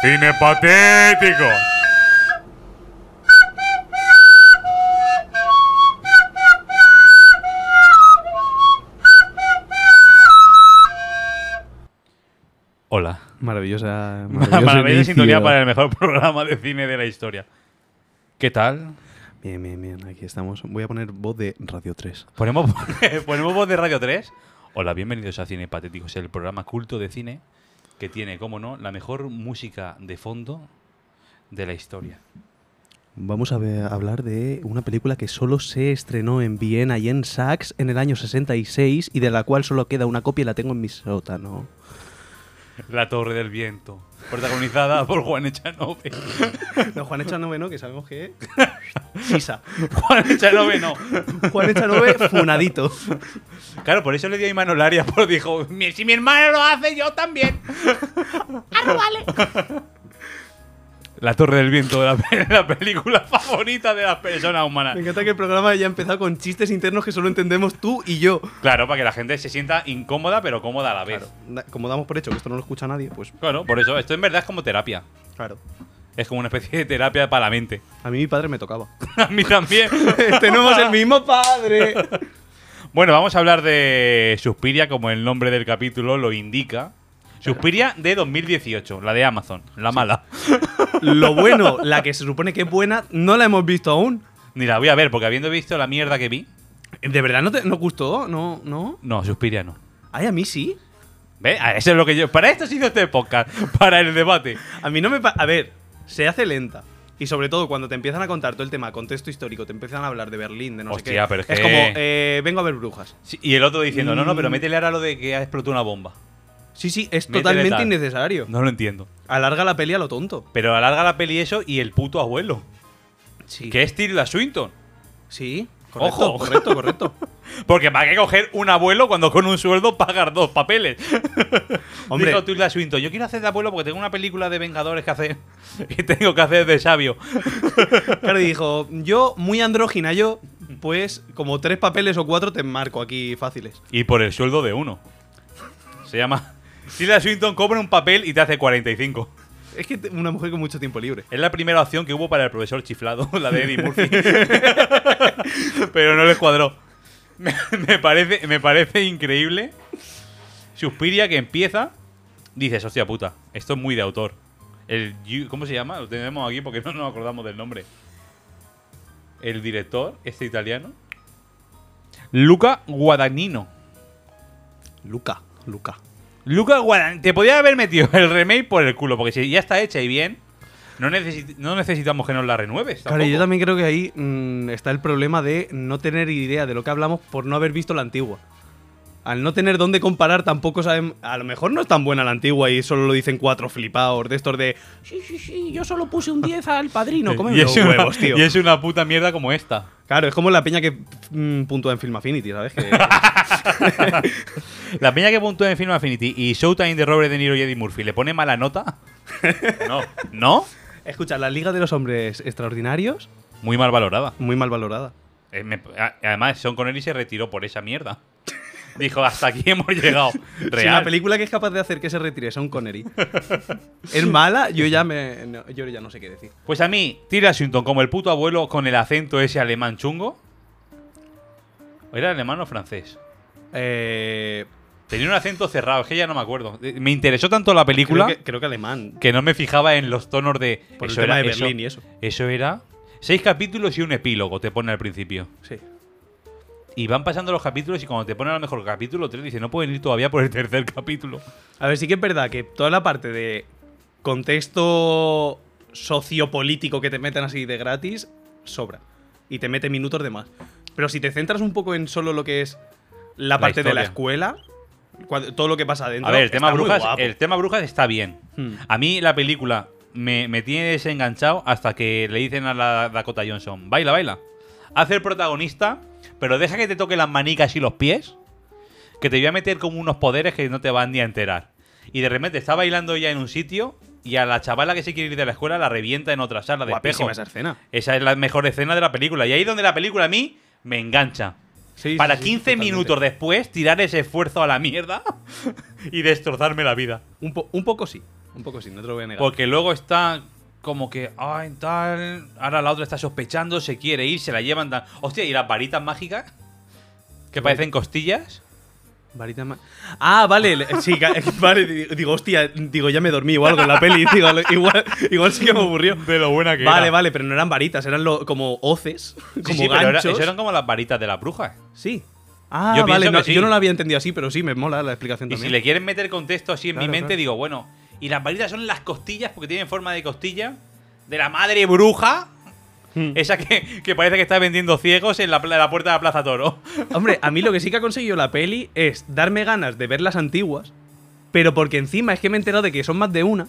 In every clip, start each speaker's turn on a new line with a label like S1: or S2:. S1: Cine patético. Hola.
S2: Maravillosa.
S1: Maravilla
S2: inicio.
S1: sintonía para el mejor programa de cine de la historia. ¿Qué tal?
S2: Bien, bien, bien. Aquí estamos. Voy a poner voz de Radio 3.
S1: ¿Ponemos, ponemos voz de Radio 3. Hola, bienvenidos a Cine Patético, es el programa culto de cine que tiene, como no, la mejor música de fondo de la historia.
S2: Vamos a ver- hablar de una película que solo se estrenó en Viena y en Sachs en el año 66 y de la cual solo queda una copia y la tengo en mi sótano.
S1: La Torre del Viento, protagonizada por Juan Echanove.
S2: No, Juan Echanove no, que sabemos que es Sisa.
S1: Juan Echanove no.
S2: Juan Echanove funadito.
S1: Claro, por eso le dio a Imanol Arias, porque dijo, "Mi- si mi hermano lo hace, yo también. La Torre del Viento, la, pe- la película favorita de las personas humanas.
S2: Me encanta que el programa haya empezado con chistes internos que solo entendemos tú y yo.
S1: Claro, para que la gente se sienta incómoda, pero cómoda a la vez.
S2: Claro,
S1: Claro,
S2: da- como damos por hecho que esto no lo escucha nadie, pues
S1: por eso, esto en verdad es como terapia.
S2: claro.
S1: Es como una especie de terapia para la mente.
S2: A mí mi padre me tocaba.
S1: A mí también.
S2: Tenemos el mismo padre.
S1: Bueno, vamos a hablar de Suspiria, como el nombre del capítulo lo indica. Suspiria de 2018, la de Amazon, la mala.
S2: Lo bueno, la que se supone que es buena, no la hemos visto aún.
S1: Ni la voy a ver, porque habiendo visto la mierda que vi.
S2: ¿De verdad no te no gustó? ¿No? ¿No?
S1: No, Suspiria no.
S2: Ay, a mí sí.
S1: ¿Ves? Ah, Eso es lo que yo. Para esto se hizo este podcast, para el debate.
S2: A mí no me... pa- a ver, se hace lenta. Y sobre todo cuando te empiezan a contar todo el tema, contexto histórico, te empiezan a hablar de Berlín, de no sé
S1: Hostia,
S2: qué.
S1: pero es que-
S2: como, eh, vengo a ver brujas.
S1: Sí, y el otro diciendo, no, no, pero
S2: Mm.
S1: métele ahora lo de que ha explotado una bomba.
S2: Sí, sí, es
S1: Métele
S2: totalmente
S1: tal.
S2: innecesario.
S1: No lo entiendo.
S2: Alarga la peli a lo tonto.
S1: Pero alarga la peli eso y el puto abuelo.
S2: Sí.
S1: Que es Tilda Swinton.
S2: Sí. Correcto,
S1: Ojo.
S2: correcto, correcto.
S1: Porque para qué coger un abuelo cuando con un sueldo pagas dos papeles.
S2: Hombre.
S1: Dijo Tilda Swinton, yo quiero hacer de abuelo porque tengo una película de Vengadores que hacer y tengo que hacer de sabio.
S2: Claro, y dijo, yo, muy andrógina, yo, pues como tres papeles o cuatro te marco aquí fáciles.
S1: Y por el sueldo de uno. Se llama... Tilda Swinton cobra un papel y te hace 45.
S2: Es que te- una mujer con mucho tiempo libre.
S1: Es la primera opción que hubo para el profesor chiflado, la de Eddie Murphy. Pero no les cuadró. Me, me parece, me parece increíble. Suspiria que empieza. Dices, hostia puta, esto es muy de autor. El, Yu- ¿Cómo se llama? Lo tenemos aquí porque no nos acordamos del nombre. El director, este italiano. Luca Guadagnino.
S2: Luca, Luca.
S1: Luca Guadagnino. Te podía haber metido el remake por el culo, porque si ya está hecha y bien, no, necesi- no necesitamos que nos la renueves.
S2: Claro, y yo
S1: tampoco.
S2: también creo que ahí mm, está el problema de no tener idea de lo que hablamos por no haber visto la antigua. Al no tener dónde comparar, tampoco saben. A lo mejor no es tan buena la antigua y solo lo dicen cuatro flipados de estos de. Sí, sí, sí, yo solo puse un 10 al padrino. Come
S1: Eh, y,
S2: los
S1: es una,
S2: huevos, tío.
S1: y es una puta mierda como esta.
S2: Claro, es como la peña que mm, puntúa en Film Affinity, ¿sabes? Que-
S1: La peña que puntúa en Film Affinity y Showtime de Robert De Niro y Eddie Murphy le pone mala nota. No, no.
S2: Escucha, la Liga de los Hombres Extraordinarios,
S1: Muy mal valorada.
S2: muy mal valorada.
S1: Eh, me- a- Además, Sean Connery se retiró por esa mierda. Dijo, hasta aquí hemos llegado.
S2: Si una
S1: Real.
S2: película que es capaz de hacer que se retire Sean Connery es mala, yo ya, me, no, yo ya no sé qué decir.
S1: Pues a mí, Tira Swinton como el puto abuelo con el acento ese alemán chungo. ¿O ¿Era alemán o francés?
S2: Eh,
S1: Tenía un acento cerrado, es que ya no me acuerdo. Eh, Me interesó tanto la
S2: creo,
S1: película
S2: que, creo que alemán.
S1: que no me fijaba en los tonos de.
S2: Por
S1: eso
S2: el tema
S1: era-
S2: de
S1: eso-
S2: Berlín y eso.
S1: Eso era. Seis capítulos y un epílogo te pone al principio.
S2: Sí.
S1: Y van pasando los capítulos y cuando te ponen a lo mejor capítulo 3 dice, no pueden ir todavía por el tercer capítulo.
S2: A ver, sí que es verdad que toda la parte de contexto sociopolítico que te meten así de gratis sobra. Y te mete minutos de más. Pero si te centras un poco en solo lo que es la,
S1: La
S2: parte de la
S1: historia.
S2: escuela, cuando- todo lo que pasa adentro.
S1: A ver, el tema,
S2: está muy
S1: brujas,
S2: guapo.
S1: el tema brujas está bien.
S2: Hmm.
S1: A mí la película me, me tiene desenganchado hasta que le dicen a la Dakota Johnson, baila, baila. Haz el protagonista, pero deja que te toque las manicas y los pies, que te voy a meter como unos poderes que no te van ni a enterar. Y de repente está bailando ya en un sitio y a la chavala que se quiere ir de la escuela la revienta en otra sala de espejo.
S2: Guapísima esa escena.
S1: Esa es la mejor escena de la película. Y ahí es donde la película a mí me engancha.
S2: Sí,
S1: Para
S2: sí, sí,
S1: 15
S2: totalmente.
S1: minutos después tirar ese esfuerzo a la mierda y destrozarme la vida.
S2: Un, po- un poco sí. Un poco sí, no te lo voy a negar.
S1: Porque luego está como que, ay, tal. Ahora la otra está sospechando, se quiere ir, se la llevan. Tal. Hostia, ¿y las varitas mágicas? Que parecen costillas.
S2: Varita ma- Ah, vale. le- Sí, ca- vale. di- Digo, hostia, digo, ya me dormí o algo en la peli. digo, igual, igual sí que me aburrió.
S1: De lo buena que
S2: Vale,
S1: era.
S2: vale, pero no eran varitas, eran lo- como hoces,
S1: Sí,
S2: como
S1: sí, pero era-
S2: ganchos.
S1: eso eran como las varitas de las brujas.
S2: Sí. Ah,
S1: Yo
S2: vale,
S1: pienso
S2: no,
S1: que sí.
S2: yo no lo había entendido así, pero sí, me mola la explicación
S1: Y si
S2: también.
S1: le quieren meter contexto así en mi
S2: Claro,
S1: mente,
S2: claro.
S1: digo, bueno, y las varitas son las costillas porque tienen forma de costilla de la madre bruja.
S2: Hmm.
S1: Esa que, que parece que está vendiendo ciegos en la, pla- la puerta de la Plaza Toro.
S2: Hombre, a mí lo que sí que ha conseguido la peli es darme ganas de ver las antiguas, pero porque encima es que me he enterado de que son más de una.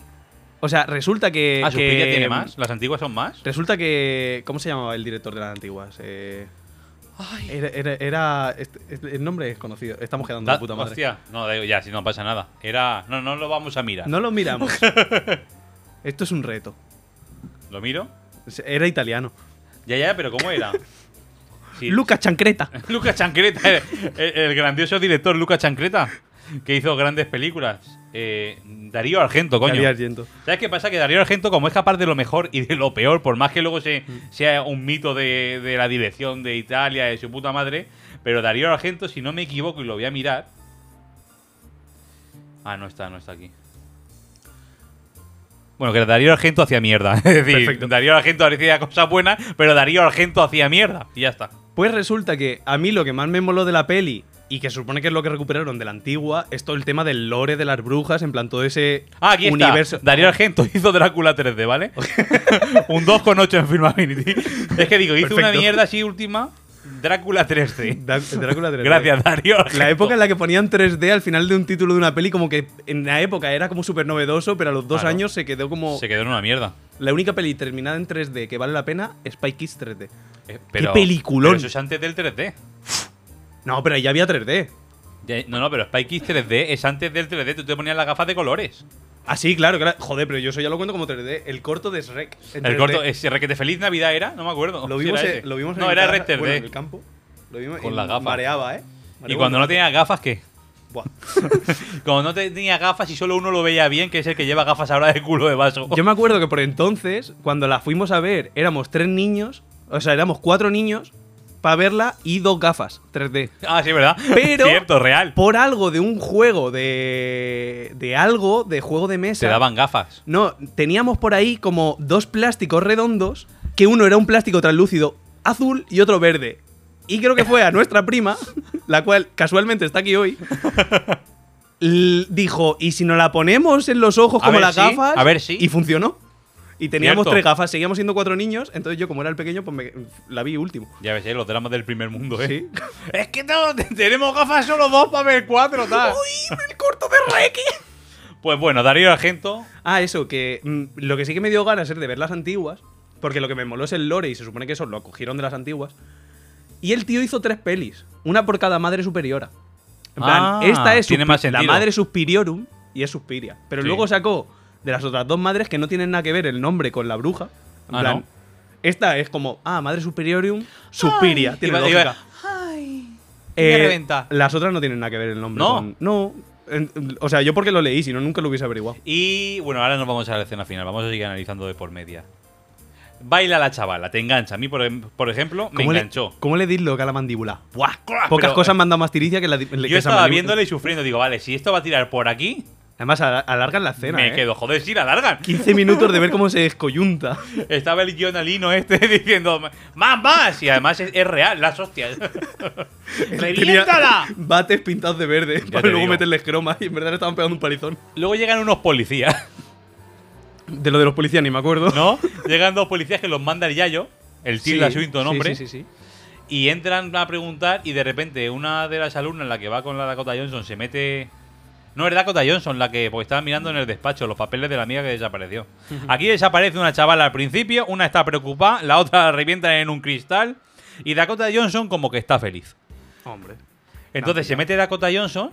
S2: O sea, resulta que.
S1: ah,
S2: que-
S1: Suspiria tiene más. Las antiguas son más.
S2: Resulta que. ¿Cómo se llamaba el director de las antiguas? Eh,
S1: Ay,
S2: era. era- era- este- este- el nombre es conocido. Estamos quedando de
S1: Da-
S2: puta madre.
S1: Ah, Hostia, no, da- ya, si no pasa nada. Era. No, no lo vamos a mirar.
S2: No lo miramos. Esto es un reto.
S1: ¿Lo miro?
S2: Era italiano.
S1: Ya, ya, pero ¿cómo era? Sí.
S2: Lucas Chancreta.
S1: Lucas Chancreta, el, el- el grandioso director Lucas Chancreta, que hizo grandes películas. Eh, Darío Argento, coño.
S2: Darío Argento.
S1: ¿Sabes qué pasa? Que Darío Argento, como es capaz de lo mejor y de lo peor, por más que luego se, sea un mito de, de la dirección de Italia, de su puta madre, pero Darío Argento, si no me equivoco y lo voy a mirar. Ah, no está, no está aquí. Bueno, que Darío Argento hacía mierda. Es decir,
S2: Perfecto.
S1: Darío Argento hacía cosas buenas, pero Darío Argento hacía mierda. Y ya está.
S2: Pues resulta que a mí lo que más me moló de la peli y que se supone que es lo que recuperaron de la antigua es todo el tema del lore de las brujas, en plan todo ese
S1: Ah, aquí
S2: universo.
S1: está. Darío Argento hizo Drácula 3D, ¿vale? un 2,8 en Film Affinity. Es que digo, hizo una
S2: Perfecto.
S1: mierda así última. Drácula 3D.
S2: Da- Drácula 3D.
S1: Gracias, Darío. Argento.
S2: La época en la que ponían 3D al final de un título de una peli, como que en la época era como súper novedoso, pero a los dos
S1: Claro.
S2: años se quedó como.
S1: Se quedó en una mierda.
S2: La única peli terminada en 3D que vale la pena es Spike Kids 3D.
S1: Eh, Pero,
S2: peliculón!
S1: pero eso es antes del 3D.
S2: No, pero ahí ya había 3D.
S1: Ya- No, no, pero Spike Kids 3D es antes del 3D. Tú te ponías las gafas de colores.
S2: Ah, sí, claro, claro. Joder, pero yo eso ya lo cuento como 3D. El corto de Shrek. en
S1: El
S2: 3D.
S1: corto, ese requete feliz Navidad era, no me acuerdo.
S2: Lo
S1: si
S2: vimos,
S1: era
S2: en-
S1: ese.
S2: lo vimos en
S1: No,
S2: mi
S1: era
S2: casa,
S1: Red 3D.
S2: bueno, en el campo. Lo vimos
S1: Con
S2: y
S1: la gafa.
S2: Mareaba, ¿eh?
S1: y
S2: Mareaba
S1: cuando
S2: un
S1: no tenías gafas, ¿qué?
S2: montón. Buah.
S1: Cuando no tenías gafas y solo uno lo veía bien, que es el que lleva gafas ahora de culo de vaso.
S2: Yo me acuerdo que por entonces, cuando la fuimos a ver, éramos tres niños, o sea, éramos cuatro niños para verla y dos gafas 3D.
S1: Ah, sí, ¿verdad?
S2: Pero-
S1: Cierto, real.
S2: Por algo de un juego de. de algo, de juego de mesa.
S1: Se daban gafas.
S2: No, teníamos por ahí como dos plásticos redondos, que uno era un plástico translúcido azul y otro verde. Y creo que fue a nuestra prima, la cual casualmente está aquí hoy, l- dijo, ¿y si nos la ponemos en los ojos
S1: A
S2: como
S1: ver
S2: las
S1: si,
S2: gafas?
S1: a ver si.
S2: Y funcionó. Y teníamos
S1: Cierto.
S2: tres gafas, seguíamos siendo cuatro niños, entonces yo como era el pequeño, pues me- la vi último.
S1: Ya ves, eh, los dramas del primer mundo, ¿eh?
S2: Sí.
S1: Es que no, tenemos gafas solo dos para ver cuatro, tal.
S2: ¡Uy, el corto de Reiki!
S1: Pues bueno, Darío Argento,
S2: Ah, eso, que mm, lo que sí que me dio ganas es de ver las antiguas, porque lo que me moló es el lore y se supone que eso lo acogieron de las antiguas. Y el tío hizo tres pelis, una por cada madre superiora. En plan,
S1: Ah,
S2: esta es
S1: tiene
S2: Suspi-
S1: más
S2: la
S1: sentido.
S2: madre superiorum y es Suspiria. Pero
S1: Sí.
S2: luego sacó de las otras dos madres que no tienen nada que ver el nombre con la bruja. En
S1: Ah,
S2: plan,
S1: ¿no?
S2: esta es como, ah, madre superiorum, Suspiria. tiene
S1: Iba- iba-
S2: lógica.
S1: iba a
S2: Eh,
S1: reventar.
S2: las otras no tienen nada que ver el nombre.
S1: ¿No?
S2: con- no. En- en- o sea, yo porque lo leí, si no, nunca lo hubiese averiguado.
S1: Y bueno, ahora nos vamos a la escena final. Vamos a seguir analizando de por media. Baila la chavala, te engancha. A mí, por, em- por ejemplo, me
S2: ¿Cómo le-
S1: enganchó.
S2: ¿Cómo le dis loca a la mandíbula?
S1: Buah, cra,
S2: Pocas
S1: pero, eh,
S2: cosas me han dado más tiricia que la. di- que
S1: Yo
S2: esa
S1: estaba
S2: mandíbula.
S1: viéndole y sufriendo. Digo, vale, si esto va a tirar por aquí,
S2: Además, ala- alargan la escena.
S1: me
S2: ¿eh?
S1: quedo. Joder, sí, la largan.
S2: 15 minutos de ver cómo se descoyunta.
S1: Estaba el guionalino este diciendo, más, más. Y además es, es real, las hostias. ¡Reviéntala!
S2: Tenía Bates pintados de verde
S1: Ya
S2: para
S1: te
S2: luego
S1: digo.
S2: meterles croma y en verdad le estaban pegando un palizón.
S1: Luego llegan unos policías.
S2: De lo de los policías ni me acuerdo.
S1: ¿no? Llegan dos policías que los manda el Yayo, el
S2: Sí,
S1: Tilda Swinton,
S2: sí,
S1: hombre,
S2: Sí, sí, sí.
S1: y entran a preguntar y de repente una de las alumnas, la que va con la Dakota Johnson, se mete... No, es Dakota Johnson la que pues, estaba mirando en el despacho los papeles de la amiga que desapareció. Aquí desaparece una chavala al principio, una está preocupada, la otra la revientan en un cristal y Dakota Johnson como que está feliz.
S2: Hombre.
S1: Entonces se mete Dakota Johnson,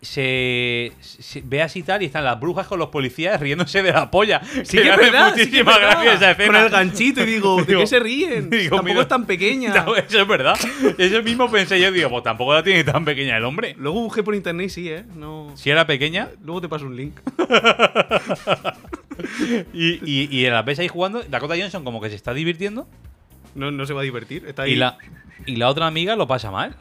S1: se, se- ve así tal y están las brujas con los policías riéndose de la polla.
S2: Sí,
S1: que
S2: que
S1: me
S2: es
S1: hace
S2: verdad, sí que es
S1: muchísima
S2: verdad.
S1: gracia esa escena.
S2: Con el ganchito y digo, ¿de
S1: Digo-
S2: qué se ríen?
S1: digo,
S2: Tampoco
S1: mira-
S2: es tan pequeña.
S1: No, eso es verdad. Eso mismo pensé yo, digo, pues tampoco la tiene tan pequeña el hombre.
S2: Luego busqué por internet y sí, ¿eh? No...
S1: Si era pequeña
S2: Luego te paso un link.
S1: y, y, y las ves ahí jugando, Dakota Johnson como que se está divirtiendo
S2: No, no se va a divertir. Está ahí.
S1: y la, y la otra amiga lo pasa mal.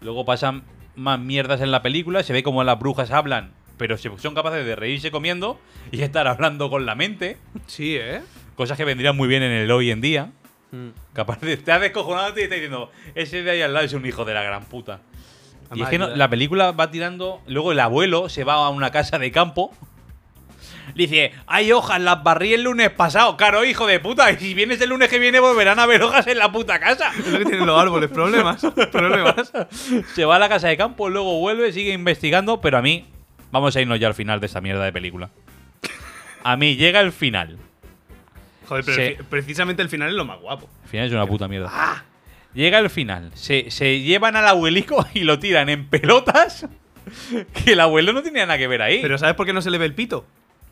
S1: Luego pasan más mierdas en la película, se ve como las brujas hablan, pero se- son capaces de reírse comiendo y estar hablando con la mente,
S2: Sí, ¿eh?
S1: cosas que vendrían muy bien en el hoy en día.
S2: Mm.
S1: Capaz de estar descojonándote y está diciendo, ese de ahí al lado es un hijo de la gran puta. Y es
S2: Además,
S1: que no-
S2: ayuda.
S1: la película va tirando. Luego el abuelo se va a una casa de campo. Le dice, hay hojas, las barrí el lunes pasado. Claro, hijo de puta. Y si vienes el lunes que viene, volverán a ver hojas en la puta casa.
S2: Es lo que tienen los árboles, problemas. Problemas.
S1: Se va a la casa de campo, luego vuelve, sigue investigando. Pero a mí, vamos a irnos ya al final de esta mierda de película. A mí llega el final.
S2: Joder, pero
S1: Sí.
S2: el fi- precisamente el final es lo más guapo.
S1: El final es una puta mierda.
S2: Ah.
S1: Llega el final. Se, se llevan al abuelico y lo tiran en pelotas. Que el abuelo no tenía nada que ver ahí.
S2: Pero ¿sabes por qué no se le ve el pito?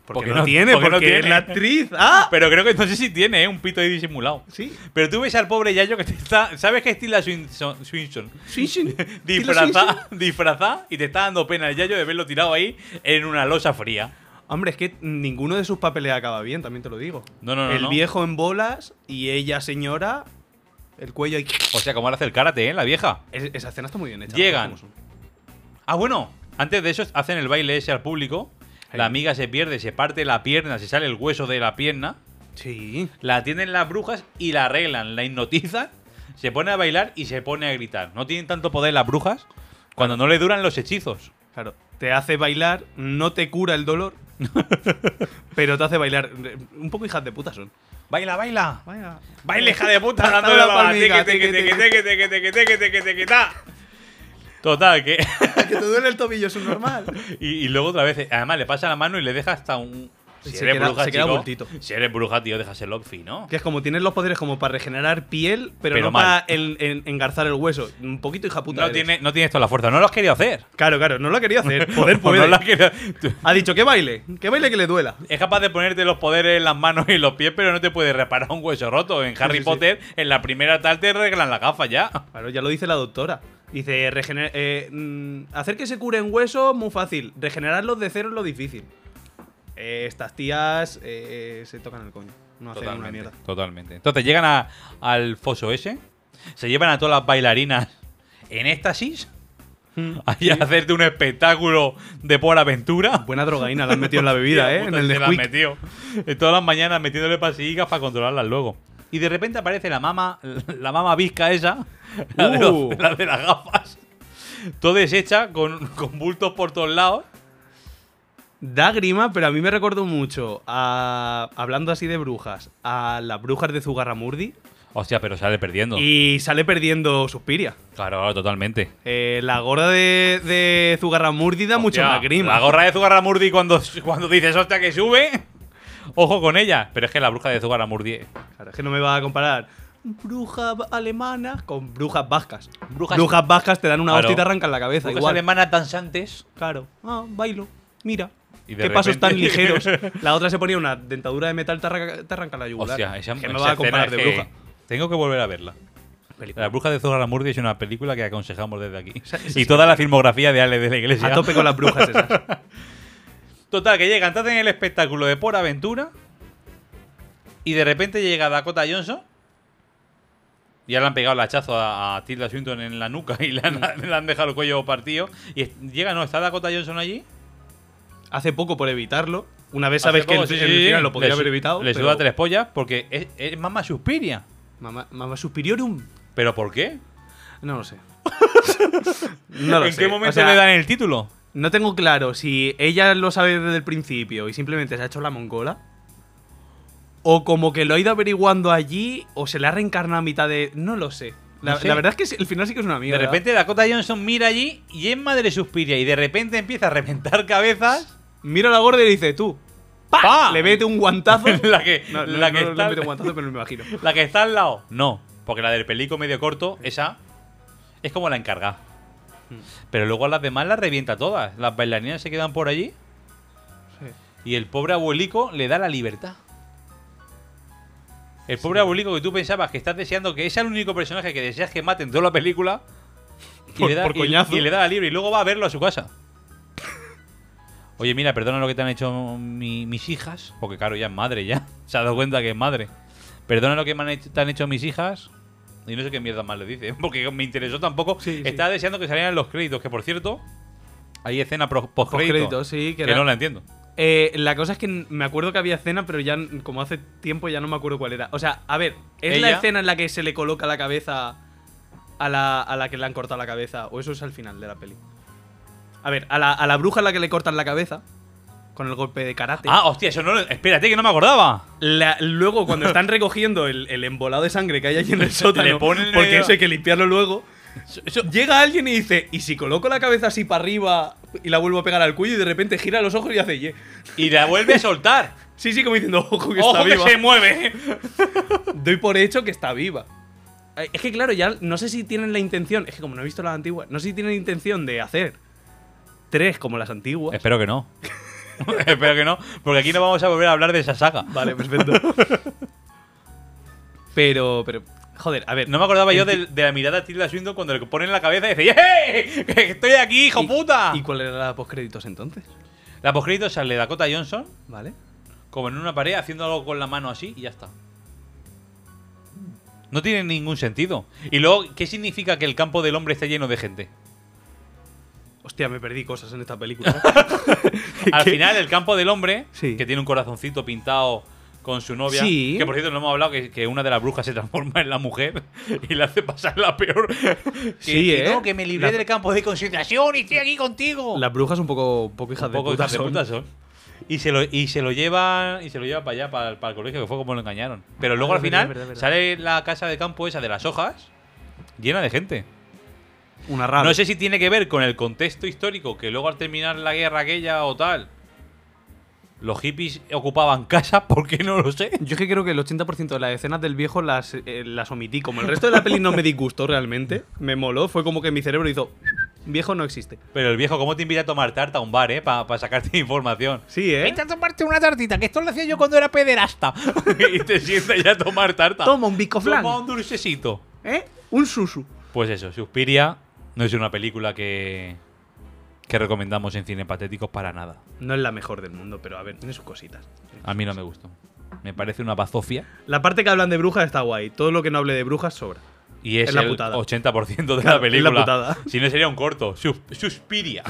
S2: Porque,
S1: Porque
S2: no,
S1: no-
S2: tiene,
S1: porque
S2: porque,
S1: no
S2: es
S1: tiene.
S2: la actriz. ¡Ah!
S1: Pero creo que no sé si tiene, ¿eh? Un pito ahí disimulado.
S2: Sí.
S1: Pero tú ves al pobre Yayo que te está. ¿Sabes que es Tilda Swinson? Swinson?
S2: Sí, sí.
S1: Disfrazá, disfrazá y te está dando pena el Yayo de verlo tirado ahí en una losa fría.
S2: Hombre, es que ninguno de sus papeles acaba bien, también te lo digo.
S1: No, no, no,
S2: El
S1: no.
S2: viejo en bolas y ella señora, el cuello ahí.
S1: O sea, como ahora hace el karate, ¿eh? La vieja.
S2: Es- esa escena está muy bien hecha.
S1: Llegan.
S2: ¿no? Como son.
S1: Ah, bueno, antes de eso hacen el baile ese al público. La
S2: Ahí.
S1: amiga se pierde, se parte la pierna, se sale el hueso de la pierna.
S2: Sí.
S1: La atienden las brujas y la arreglan, la hipnotizan, se pone a bailar y se pone a gritar. No tienen tanto poder las brujas cuando no le duran los hechizos.
S2: Claro. Te hace bailar, no te cura el dolor, pero te hace bailar. Un poco hijas de puta son.
S1: Baila, baila.
S2: Vaya.
S1: Baile, hija de puta,
S2: Dando
S1: dándole
S2: la
S1: la palma.
S2: palmiga,
S1: Teque, teque, teque, teque, teque, teque, teque, teque, ta. Total, que.
S2: Que te duele el tobillo, es un normal.
S1: Y, y luego otra vez, eh, además le pasa la mano y le deja hasta un. Si
S2: Se
S1: eres
S2: queda-
S1: bruja,
S2: se queda
S1: chico,
S2: bultito.
S1: Si eres bruja, tío, déjaselo fino.
S2: Que es como tienes los poderes como para regenerar piel, pero,
S1: Pero
S2: no
S1: mal.
S2: para el- en- engarzar el hueso. Un poquito hija puta.
S1: No,
S2: eres.
S1: tiene, no tienes toda la fuerza, no lo has querido hacer.
S2: Claro, claro, no lo ha querido hacer.
S1: Pues
S2: Poder puede.
S1: no lo has querido- tú-
S2: Ha dicho que baile, que baile que le duela.
S1: Es capaz de ponerte los poderes en las manos y en los pies, pero no te puede reparar un hueso roto. En Harry
S2: sí, sí.
S1: Potter, en la primera tal, te arreglan la gafa ya.
S2: Claro, ya lo dice la doctora. Dice, regener- eh, mm, hacer que se curen huesos muy fácil, regenerarlos de cero es lo difícil. Eh, estas tías eh, se tocan el coño, no hacen una
S1: Totalmente,
S2: mierda.
S1: totalmente. Entonces llegan a- al foso ese, se llevan a todas las bailarinas en éxtasis
S2: Hmm.
S1: ahí a hacerte un espectáculo de por aventura.
S2: Buena drogaína la han metido en la bebida, ¿eh? En el de
S1: Se las
S2: Squeak.
S1: metió. Eh, Todas las mañanas metiéndole pasillas para controlarlas luego. Y de repente aparece la mama, la mama visca esa, la, de,
S2: Uh.
S1: los- la de las gafas, toda deshecha, con, con bultos por todos lados.
S2: Da grima, pero a mí me recordó mucho a. Hablando así de brujas, a las brujas de Zugarramurdi.
S1: Hostia, pero sale perdiendo.
S2: Y sale perdiendo Suspiria.
S1: Claro, totalmente.
S2: Eh, la gorda de, de Zugarramurdi da mucho
S1: Hostia,
S2: más grima.
S1: La gorra de Zugarramurdi cuando, cuando dices hostia que sube, ojo con ella. Pero es que la bruja de Zugarramurdi.
S2: Claro, es que no me va a comparar brujas alemanas con brujas vascas.
S1: Brujas-
S2: Brujas, vascas te dan una
S1: Claro.
S2: hostia y te arrancan la cabeza.
S1: Brujas
S2: igual.
S1: alemanas danzantes.
S2: Claro. Ah, bailo. Mira.
S1: Y
S2: Qué
S1: de
S2: pasos tan
S1: repente-
S2: ligeros. La otra se ponía una dentadura de metal, te arranca, te arranca la yugular.
S1: Hostia, esa,
S2: que
S1: esa
S2: me va a
S1: escena
S2: comparar
S1: es
S2: de
S1: que
S2: bruja.
S1: Tengo que volver a verla.
S2: Película.
S1: La bruja de Zugarramurdi es una película que aconsejamos desde aquí. Y toda la filmografía de Ale de la Iglesia.
S2: A tope con las brujas esas.
S1: Total, que llegan, te hacen el espectáculo de por aventura. Y de repente llega Dakota Johnson. Ya le han pegado el hachazo a, a Tilda Swinton en la nuca y le han,
S2: Mm.
S1: le han dejado el cuello partido. Y es- llega, no, está Dakota Johnson allí.
S2: Hace poco por evitarlo. Una vez sabes
S1: Hace
S2: que el,
S1: poco, sí,
S2: el
S1: sí,
S2: final
S1: sí.
S2: lo podría
S1: Le
S2: haber
S1: su-
S2: evitado.
S1: Le
S2: pero-
S1: suda tres pollas porque es, es mamá suspiria.
S2: Mamá, mamá Superiorum.
S1: ¿Pero por qué?
S2: No lo sé. No lo
S1: ¿En
S2: sé.
S1: qué
S2: O
S1: momento
S2: sea,
S1: le dan el título?
S2: No tengo claro si ella lo sabe desde el principio y simplemente se ha hecho la mongola. O como que lo ha ido averiguando allí o se le ha reencarnado a mitad de... No lo sé. La,
S1: No sé.
S2: la verdad es que sí, el final sí que es una
S1: De
S2: mierda.
S1: repente Dakota Johnson mira allí y es madre suspiria y de repente empieza a reventar cabezas.
S2: Mira a la gorda y le dice, tú, ¡pa!
S1: ¡Pa!
S2: Le mete un guantazo.
S1: La que-
S2: No, no,
S1: la que
S2: no le
S1: está-
S2: mete un guantazo, pero me imagino.
S1: La que está al lado, no, porque la del pelico medio corto, esa es como la encargada.
S2: Hmm.
S1: Pero luego a las demás las revienta todas. Las bailarinas se quedan por allí
S2: Sí.
S1: y el pobre abuelico le da la libertad. El pobre abuelico que tú pensabas que estás deseando que es el único personaje que deseas que maten toda la película y,
S2: Por-
S1: le, da,
S2: por
S1: y-
S2: coñazo.
S1: y le da la libre y luego va a verlo a su casa. Oye, mira, perdona lo que te han hecho mi- mis hijas, porque claro, ya es madre, ya. Se ha dado cuenta que es madre. Perdona lo que me han hecho- te han hecho mis hijas. Y no sé qué mierda más le dice, porque me interesó tampoco.
S2: Sí, sí.
S1: Estaba deseando que salieran los créditos, que por cierto, hay escena pro- postcrédito,
S2: Postcrédito, sí, que
S1: que,
S2: era-
S1: no la entiendo.
S2: Eh, la cosa es que n- me acuerdo que había escena, pero ya n- como hace tiempo ya no me acuerdo cuál era. O sea, a ver, ¿es la
S1: Ella-
S2: escena en la que se le coloca la cabeza a la, a la que le han cortado la cabeza? ¿O eso es al final de la peli? A ver, a la, a la bruja a la que le cortan la cabeza con el golpe de karate.
S1: Ah, hostia, eso no lo- Espérate, que no me acordaba.
S2: La- luego, cuando están recogiendo el, el embolado de sangre que hay allí en el sótano,
S1: Le ponen-
S2: porque eso hay que limpiarlo luego, llega alguien y dice, ¿y si coloco la cabeza así para arriba y la vuelvo a pegar al cuello y de repente gira los ojos y hace ye?
S1: Y la vuelve a soltar.
S2: Sí, sí, como diciendo, ojo que
S1: ¡Ojo
S2: está
S1: que
S2: viva.
S1: se mueve!
S2: Doy por hecho que está viva. Eh, Es que claro, ya no sé si tienen la intención, es que como no he visto la antigua, no sé si tienen intención de hacer tres como las antiguas.
S1: Espero que no. Espero que no, porque aquí no vamos a volver a hablar de esa saga.
S2: Eh, Vale, perfecto. pero, pero, joder, a ver.
S1: No me acordaba yo del- de, la mirada de Tilda Swinton cuando le ponen la cabeza y dice ¡Yey! ¡Que estoy aquí, hijo
S2: ¿Y-
S1: puta!
S2: ¿Y cuál era la postcréditos entonces?
S1: La postcrédito sale Dakota Johnson
S2: ¿Vale?
S1: como en una pared haciendo algo con la mano así y ya está. No tiene ningún sentido. Y luego, ¿qué significa que el campo del hombre esté lleno de gente?
S2: Hostia, me perdí cosas en esta película.
S1: Al
S2: ¿Qué?
S1: final, el campo del hombre,
S2: Sí.
S1: que tiene un corazoncito pintado con su novia,
S2: Sí.
S1: que por cierto no hemos hablado que, que una de las brujas se transforma en la mujer y le hace pasar la peor. Que-
S2: Sí,
S1: que
S2: ¿eh?
S1: no, que me libré
S2: La-
S1: del campo de concentración y estoy aquí contigo.
S2: Las brujas un poco, un poco hijas
S1: Un poco
S2: de puta.
S1: hijas de
S2: son.
S1: puta son. Y se lo, y se lo llevan y se lo lleva para allá, para, el- para el colegio, que fue como lo engañaron. Pero luego
S2: Ah,
S1: al
S2: es verdad,
S1: final
S2: verdad, verdad.
S1: sale la casa de campo esa de las hojas llena de gente.
S2: Una rara.
S1: No sé si tiene que ver con el contexto histórico, que luego al terminar la guerra aquella o tal, los hippies ocupaban casas, porque no lo sé.
S2: Yo es que creo que el 80% de las escenas del viejo las, eh, las omití. Como el resto de la peli no me disgustó realmente, me moló. Fue como que mi cerebro hizo: Viejo no existe.
S1: Pero el viejo, ¿cómo te invita a tomar tarta a un bar, eh? Para sacarte información.
S2: Sí, ¿eh?
S1: Vete a tomarte una tartita, que esto lo hacía yo cuando era pederasta. y te sientas ya a tomar tarta.
S2: Toma un bico flan.
S1: Toma un dulcecito.
S2: ¿Eh? Un susu.
S1: Pues eso, Suspiria no es una película que, que recomendamos en cine patéticos para nada.
S2: No es la mejor del mundo, pero a ver, tiene sus cositas.
S1: A mí no me gustó. Me parece una bazofia.
S2: La parte que hablan de brujas está guay. Todo lo que no hable de brujas sobra.
S1: Y es,
S2: Es la
S1: el
S2: putada.
S1: 80% de
S2: Claro,
S1: la
S2: es la
S1: película.
S2: putada.
S1: Si no sería un corto. Sus- Suspiria.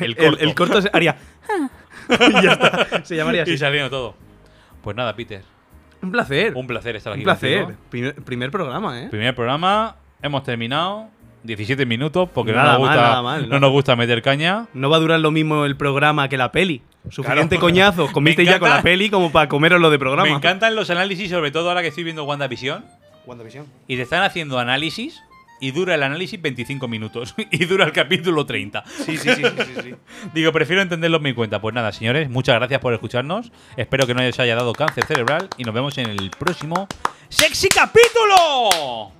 S1: El
S2: El,
S1: corto.
S2: el corto se haría. y ya está. Se llamaría así.
S1: Y saliendo todo. Pues nada, Peter.
S2: Un placer.
S1: Un placer estar aquí.
S2: Un placer.
S1: contigo.
S2: Primer, primer programa, ¿eh?
S1: Primer programa. Hemos terminado. 17 minutos. Porque
S2: Nada
S1: no, nos
S2: mal,
S1: gusta,
S2: nada mal,
S1: no
S2: nada
S1: nos gusta meter caña.
S2: No va a durar lo mismo el programa que la peli. Suficiente
S1: Claro.
S2: coñazo. Comiste
S1: Me
S2: ya con
S1: encanta.
S2: la peli como para comeros lo de programa.
S1: Me encantan los análisis, sobre todo ahora que estoy viendo WandaVision. Y te están haciendo análisis. Y dura el análisis 25 minutos. Y dura el capítulo 30.
S2: Sí, sí, sí, sí, sí, sí.
S1: Digo, prefiero entenderlo en mi cuenta. Pues nada, señores, muchas gracias por escucharnos. Espero que no os haya dado cáncer cerebral y nos vemos en el próximo Sexy Capítulo.